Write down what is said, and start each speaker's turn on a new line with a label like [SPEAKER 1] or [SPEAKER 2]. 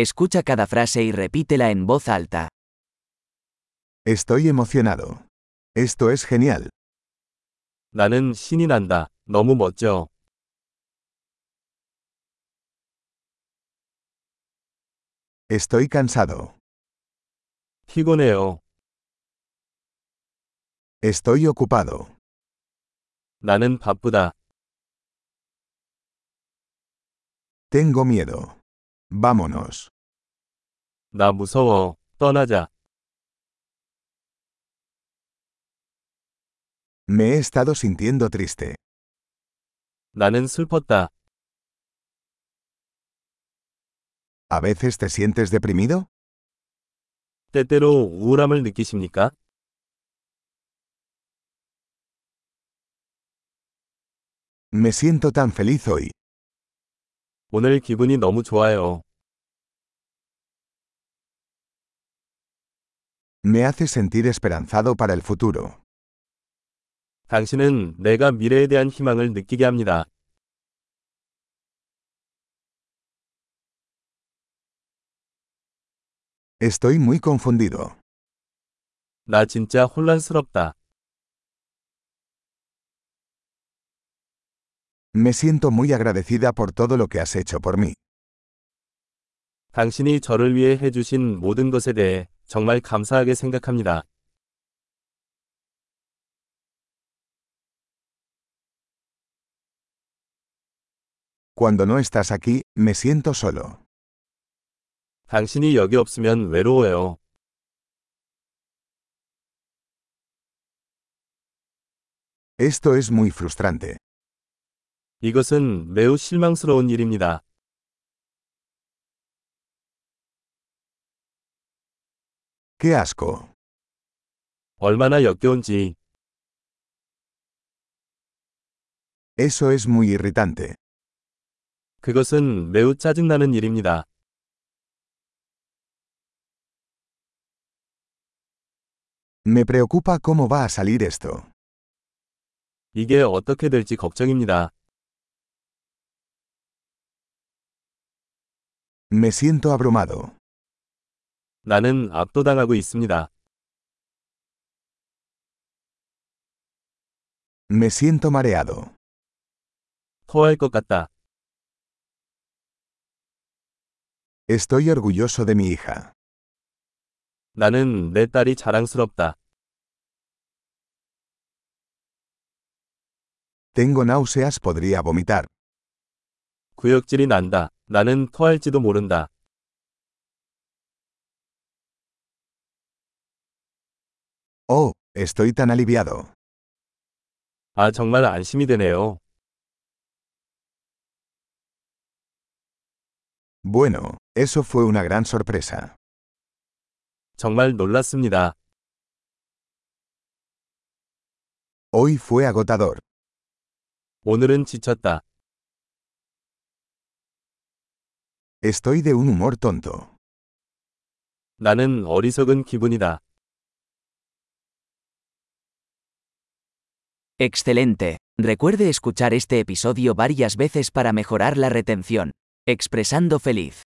[SPEAKER 1] Escucha cada frase y repítela en voz alta.
[SPEAKER 2] Estoy emocionado. Esto es genial.
[SPEAKER 3] 나는 신이 난다. 너무 멋져.
[SPEAKER 2] Estoy cansado.
[SPEAKER 3] 피곤해요.
[SPEAKER 2] Estoy ocupado.
[SPEAKER 3] 나는 바쁘다.
[SPEAKER 2] Tengo miedo. Vámonos.
[SPEAKER 3] 나 무서워. 떠나자.
[SPEAKER 2] Me he estado sintiendo triste.
[SPEAKER 3] 나는 슬펐다.
[SPEAKER 2] ¿A veces te sientes deprimido?
[SPEAKER 3] 때때로 우울함을 느끼십니까?
[SPEAKER 2] Me siento tan feliz hoy.
[SPEAKER 3] 오늘 기분이 너무 좋아요.
[SPEAKER 2] Me hace sentir esperanzado para el futuro.
[SPEAKER 3] 당신은 내가 미래에 대한 희망을 느끼게 합니다.
[SPEAKER 2] Estoy muy confundido.
[SPEAKER 3] 나 진짜 혼란스럽다.
[SPEAKER 2] Me siento muy agradecida por todo lo que has hecho por mí.
[SPEAKER 3] 당신이 저를 위해 해주신 모든 것에 대해 정말 감사하게 생각합니다.
[SPEAKER 2] Cuando no estás aquí, me siento solo.
[SPEAKER 3] 당신이 여기 없으면 외로워요.
[SPEAKER 2] Esto es muy frustrante.
[SPEAKER 3] 이것은 매우 실망스러운 일입니다.
[SPEAKER 2] ¡Qué asco!
[SPEAKER 3] 얼마나 역겨운지.
[SPEAKER 2] Eso es muy irritante.
[SPEAKER 3] 그것은 매우 짜증나는 일입니다.
[SPEAKER 2] Me preocupa cómo va a salir esto.
[SPEAKER 3] 이게 어떻게 될지 걱정입니다.
[SPEAKER 2] Me siento abrumado.
[SPEAKER 3] 나는 압도당하고 있습니다.
[SPEAKER 2] Me siento mareado.
[SPEAKER 3] 토할 것 같다.
[SPEAKER 2] Estoy orgulloso de mi hija.
[SPEAKER 3] 나는 내 딸이 자랑스럽다.
[SPEAKER 2] Tengo náuseas, podría vomitar.
[SPEAKER 3] 구역질이 난다. 나는 토할지도 모른다.
[SPEAKER 2] Oh, estoy tan aliviado.
[SPEAKER 3] 아, 정말 안심이 되네요.
[SPEAKER 2] Bueno, eso fue una gran sorpresa.
[SPEAKER 3] 정말 놀랐습니다.
[SPEAKER 2] Hoy fue agotador.
[SPEAKER 3] 오늘은 지쳤다.
[SPEAKER 2] Estoy de un humor tonto.
[SPEAKER 3] 나는 어리석은 기분이다.
[SPEAKER 1] Excelente. Recuerde escuchar este episodio varias veces para mejorar la retención. Expresando feliz.